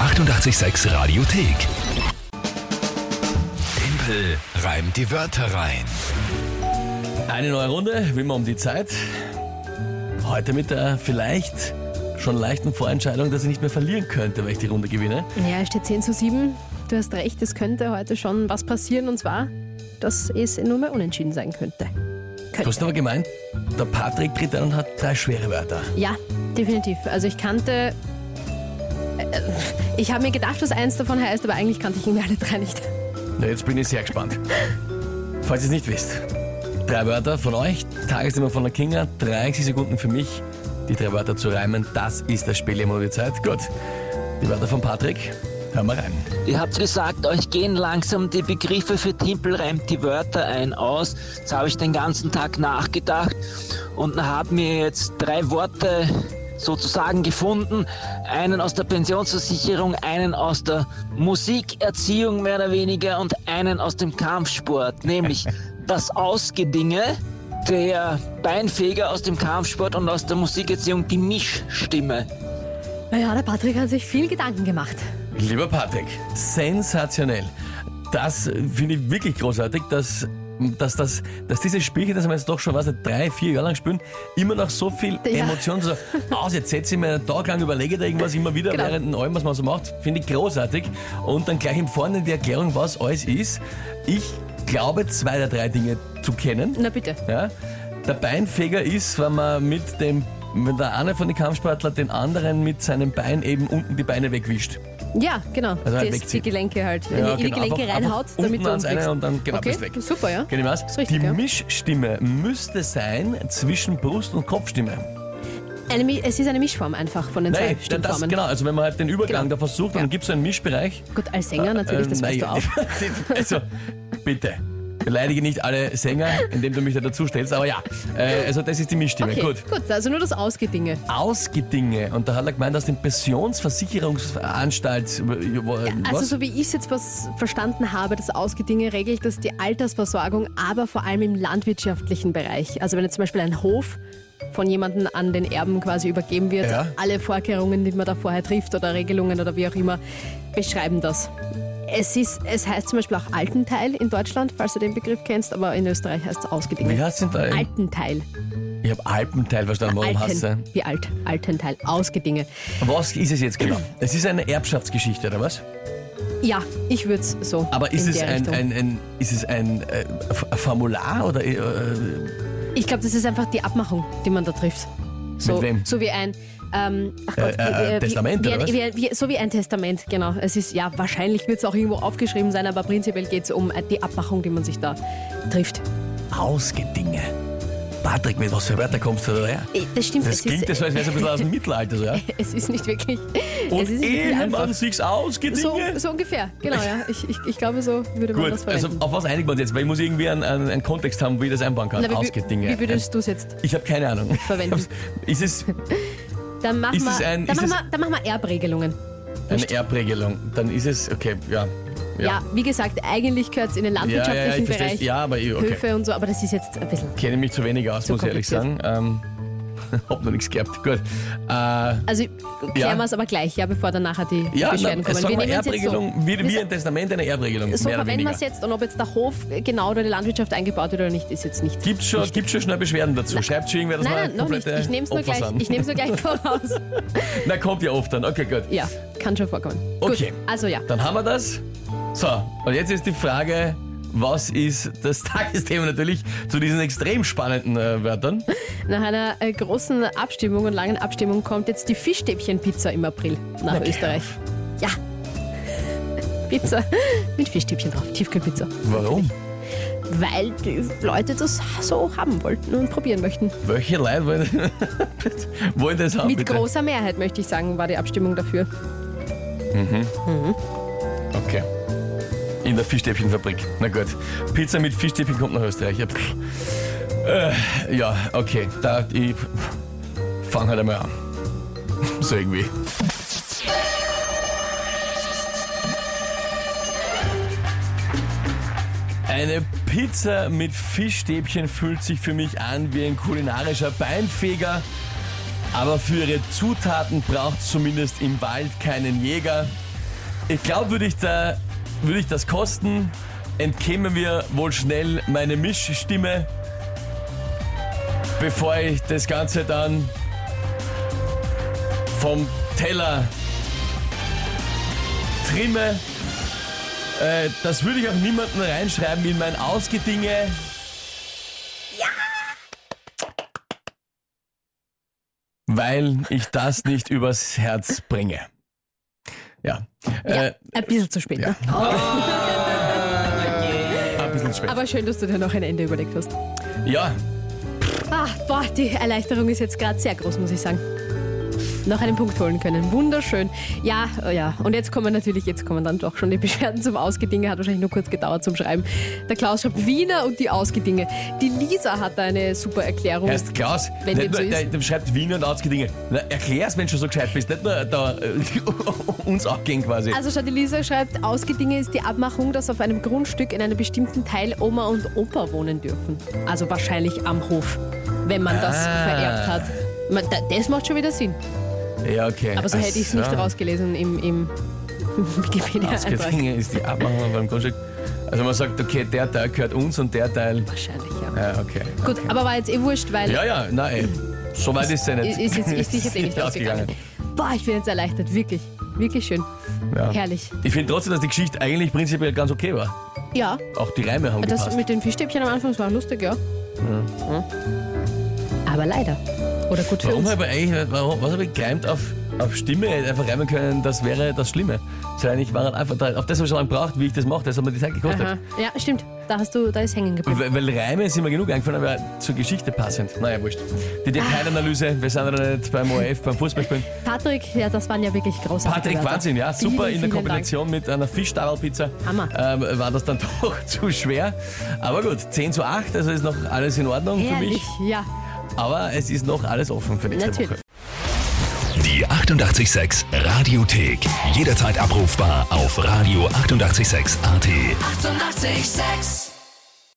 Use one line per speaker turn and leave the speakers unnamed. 886 Radiothek. Tempel reimt die Wörter rein.
Eine neue Runde, wie immer um die Zeit. Heute mit der vielleicht schon leichten Vorentscheidung, dass ich nicht mehr verlieren könnte, wenn ich die Runde gewinne.
Ja, es steht 10 zu 7. Du hast recht, es könnte heute schon was passieren und zwar, dass es nur mal unentschieden sein könnte.
Du hast aber gemeint, der Patrick tritt an und hat drei schwere Wörter.
Ja, definitiv. Also ich kannte. äh, Ich habe mir gedacht, was eins davon heißt, aber eigentlich kannte ich ihn alle drei nicht.
Na, jetzt bin ich sehr gespannt. Falls ihr es nicht wisst, drei Wörter von euch, Tagesthema von der Kinga, 30 Sekunden für mich, die drei Wörter zu reimen, das ist das Spiel immer um die Zeit. Gut, die Wörter von Patrick, hören wir rein.
Ihr habt gesagt, euch gehen langsam die Begriffe für Timpel reimt die Wörter ein aus. Jetzt habe ich den ganzen Tag nachgedacht und habe mir jetzt drei Worte sozusagen gefunden. Einen aus der Pensionsversicherung, einen aus der Musikerziehung mehr oder weniger und einen aus dem Kampfsport, nämlich das Ausgedinge, der Beinfeger aus dem Kampfsport und aus der Musikerziehung die Mischstimme.
Naja, der Patrick hat sich viel Gedanken gemacht.
Lieber Patrick, sensationell. Das äh, finde ich wirklich großartig, dass, dass, dass, dass diese Spielchen, das wir jetzt doch schon was, drei, vier Jahre lang spielen, immer noch so viel
Ja.
Emotionen so aus. Jetzt setze ich mir einen Tag lang, überlege da irgendwas immer wieder
Genau.
während allem, was man so macht. Finde ich großartig. Und dann gleich im Vorne die Erklärung, was alles ist. Ich glaube, zwei der drei Dinge zu kennen.
Na bitte.
Ja? Der Beinfeger ist, wenn man mit dem, wenn der eine von den Kampfsportlern den anderen mit seinem Bein eben unten die Beine wegwischt.
Ja, genau.
Also halt
Das- die
wegziehen.
Gelenke halt.
Ja,
in die
genau.
Gelenke
Einfach-
reinhaut,
einfach
damit
unten
du
ans eine
umkriegst.
und dann genau, bist
okay.
weg.
Super, ja.
Kennt ihr was?
Ist richtig,
die
ja.
Mischstimme müsste sein zwischen Brust- und Kopfstimme.
Eine, Mi- es ist eine Mischform einfach von den
Nein,
zwei
denn das,
Stimmformen.
genau. Also wenn man halt den Übergang
Genau.
da versucht,
Ja.
dann gibt es so einen Mischbereich.
Gut, als Sänger natürlich, das
Ähm,
weißt du auch.
auch. Also, bitte. Beleidige nicht alle Sänger, indem du mich da dazu stellst, aber ja. Äh, also das ist die Mischstimme.
Okay,
Gut.
gut, also nur das Ausgedinge.
Ausgedinge. Und da hat er gemeint, aus dem Pensionsversicherungsanstalt. Äh, Was?
Also so wie ich es jetzt was verstanden habe, das Ausgedinge regelt das die Altersversorgung, aber vor allem im landwirtschaftlichen Bereich. Also wenn jetzt zum Beispiel ein Hof von jemandem an den Erben quasi übergeben wird,
Ja.
alle Vorkehrungen, die man da vorher trifft oder Regelungen oder wie auch immer, beschreiben das. Es, ist, es heißt zum Beispiel auch Altenteil in Deutschland, falls du den Begriff kennst, aber in Österreich heißt es Ausgedinge.
Wie heißt denn da?
Altenteil.
Ich habe Alpenteil verstanden, warum hast du?
Alten, wie alt? Altenteil. Ausgedinge.
Was ist es jetzt genau? Es ist eine Erbschaftsgeschichte, oder was?
Ja, ich würde es so.
Aber ist
in
es
der
ein,
Richtung.
ein, ein, ist es ein äh, F- Formular oder äh, äh,
Ich glaube, das ist einfach die Abmachung, die man da trifft. So,
Mit wem?
So wie ein ähm, ach Gott,
Äh, äh,
wie- wie-
Testament,
wie,
oder
ein-
was?
Wie, ein- wie, so wie ein Testament, genau. Es ist, ja, wahrscheinlich wird es auch irgendwo aufgeschrieben sein, aber prinzipiell geht es um äh, die Abmachung, die man sich da trifft.
Ausgedinge? Patrick, mit was für Wörter kommst du da her?
Äh, Das stimmt,
Das
es,
klingt
ist,
so, als wäre es ein bisschen aus dem Mittelalter, so, ja?
es ist nicht wirklich.
Und
es ist nicht wirklich
ehe
einfach.
man sich's
So,
ausgedinge?
so ungefähr, genau, ja. Ich, ich, ich glaube, so würde man das
Gut, also
verwenden.
auf was einigt man uns jetzt? Weil ich muss irgendwie einen, einen, einen Kontext haben, wie ich das einbauen kann.
Na, wie,
Ausgedinge.
wie würdest du es jetzt?
ich habe keine Ahnung.
verwenden?
Ist es
Dann machen
Ist es
wir
ein-
dann
ist
machen
es-
wir- dann machen wir Erbregelungen.
eine Erbregelung? Dann ist es, okay, ja.
Ja, wie gesagt, eigentlich gehört es in den
ja,
landwirtschaftlichen
ja, ich verstehe
Bereich.
es. Ja, aber ich, okay.
Höfe und so, aber das ist jetzt ein bisschen.
kenne mich zu wenig aus,
Zu
muss ich ehrlich sagen.
kompliziert.
Ähm, hab noch nichts gehabt. Gut. Äh, ja,
Also klären
Ja.
wir es aber gleich, ja, bevor dann nachher die die
na,
Beschwerden kommen.
sagen wir
es jetzt
Erbregelung,
so.
wie,
Wir
wie
sa-
ein Testament eine Erbregelung.
so
mehr oder
verwenden
weniger.
wir es jetzt und ob jetzt der Hof genau oder die Landwirtschaft eingebaut wird oder nicht, ist jetzt nicht.
Gibt's schon, gibt's schon schnell Beschwerden dazu? Schreibt schon irgendwer das mal
Nein, nein, noch nicht.
komplette
Ich nehme es nur
Opfer
gleich.
an.
Ich nehme es nur gleich voraus.
Na, kommt ja oft dann. Okay, gut.
Ja, kann schon vorkommen.
Okay.
Gut, also ja.
Dann haben wir das. So, und jetzt ist die Frage, was ist das Tagesthema natürlich zu diesen extrem spannenden äh, Wörtern?
Nach einer äh, großen Abstimmung und langen Abstimmung kommt jetzt die Fischstäbchenpizza im April nach
Na,
Österreich. Ja. Pizza mit Fischstäbchen drauf, Tiefkühlpizza.
Warum?
Weil die Leute das so haben wollten und probieren möchten.
Welche Leute wollen, wollen das haben?
Mit
bitte?
großer Mehrheit, möchte ich sagen, war die Abstimmung dafür.
Okay. In der Fischstäbchenfabrik. Na gut. Pizza mit Fischstäbchen kommt nach Österreich. Ja, pff. äh, ja okay. Da, ich fang halt einmal an. So irgendwie. Eine Pizza mit Fischstäbchen fühlt sich für mich an wie ein kulinarischer Beinfeger. Aber für ihre Zutaten braucht zumindest im Wald keinen Jäger. Ich glaube, würde ich, da, würde ich das kosten, entkämen wir wohl schnell meine Mischstimme, bevor ich das Ganze dann vom Teller trimme. Äh, das würde ich auch niemanden reinschreiben in mein Ausgedinge. Ja! Weil ich das nicht übers Herz bringe. Ja. Äh,
Ein bisschen zu spät, ne?
ein bisschen spät.
Aber schön, dass du dir noch ein Ende überlegt hast.
Ja,
Ah, boah, die Erleichterung ist jetzt gerade sehr groß, muss ich sagen. Noch einen Punkt holen können. Wunderschön. Ja, oh ja. Und jetzt kommen natürlich, jetzt kommen dann doch schon die Beschwerden zum Ausgedinge. Hat wahrscheinlich nur kurz gedauert zum Schreiben. Der Klaus schreibt Wiener und die Ausgedinge. Die Lisa hat da eine super Erklärung.
heißt Klaus.
Wenn
nicht
dem so
nur,
ist.
der, der schreibt Wien und Ausgedinge. Na, Erklär's, wenn du schon so gescheit bist. Nicht nur da, äh, uns auch gehen quasi.
Also schaut, die Lisa schreibt, Ausgedinge ist die Abmachung, dass auf einem Grundstück in einem bestimmten Teil Oma und Opa wohnen dürfen. Also wahrscheinlich am Hof, wenn man das
Ah.
vererbt hat. Man, da- Das macht schon wieder Sinn.
ja, okay.
Aber so hätte ich es nicht
Ach so.
rausgelesen im, im Wikipedia-Eintrag.
Ausgedinge ist die Abmachung beim Grundstück. Also man sagt, okay, der Teil gehört uns und der Teil.
Wahrscheinlich, ja.
Ja, okay.
Gut, aber war jetzt eh wurscht, weil
Ja, ja, nein, so weit ist es ja nicht.
ist, ist, ist sicher eh nicht ausgegangen. Boah, ich bin jetzt erleichtert, wirklich. Wirklich schön.
Ja.
Herrlich.
Ich finde trotzdem, dass die Geschichte eigentlich prinzipiell ganz okay war.
Ja,
Auch die Reime haben
das
gepasst.
mit den Fischstäbchen am Anfang das war lustig, ja.
Mhm.
Hm. Aber leider. Oder gut für
Warum
uns.
habe ich eigentlich, warum, was habe ich gereimt auf, auf Stimme hätte einfach reimen können, das wäre das Schlimme. So eigentlich war halt einfach, da- auf das habe ich so lange gebraucht, wie ich das mache, das hat mir die Zeit gekostet.
Aha. Ja, stimmt. Da hast du, da ist hängen geblieben.
Weil, weil Reime sind mir genug eingefallen, aber zur Geschichte passend. Naja, wurscht.
Ah.
Die Detailanalyse, wir sind ja nicht beim ORF, beim Fußballspielen.
Patrick, ja, das waren ja wirklich großartige
Patrick,
Wörter.
Wahnsinn, ja, super.
Vielen,
in der
vielen
Kombination mit einer Fischstadelpizza
Hammer.
ähm, war das dann doch zu schwer. Aber gut, 10 zu 8, also ist noch alles in Ordnung
Dank.
für mich.
Herrlich, ja.
Aber es ist noch alles offen für nächste
Natürlich.
Woche.
Die 886 Radiothek. Jederzeit abrufbar auf radio886.at. 886!
886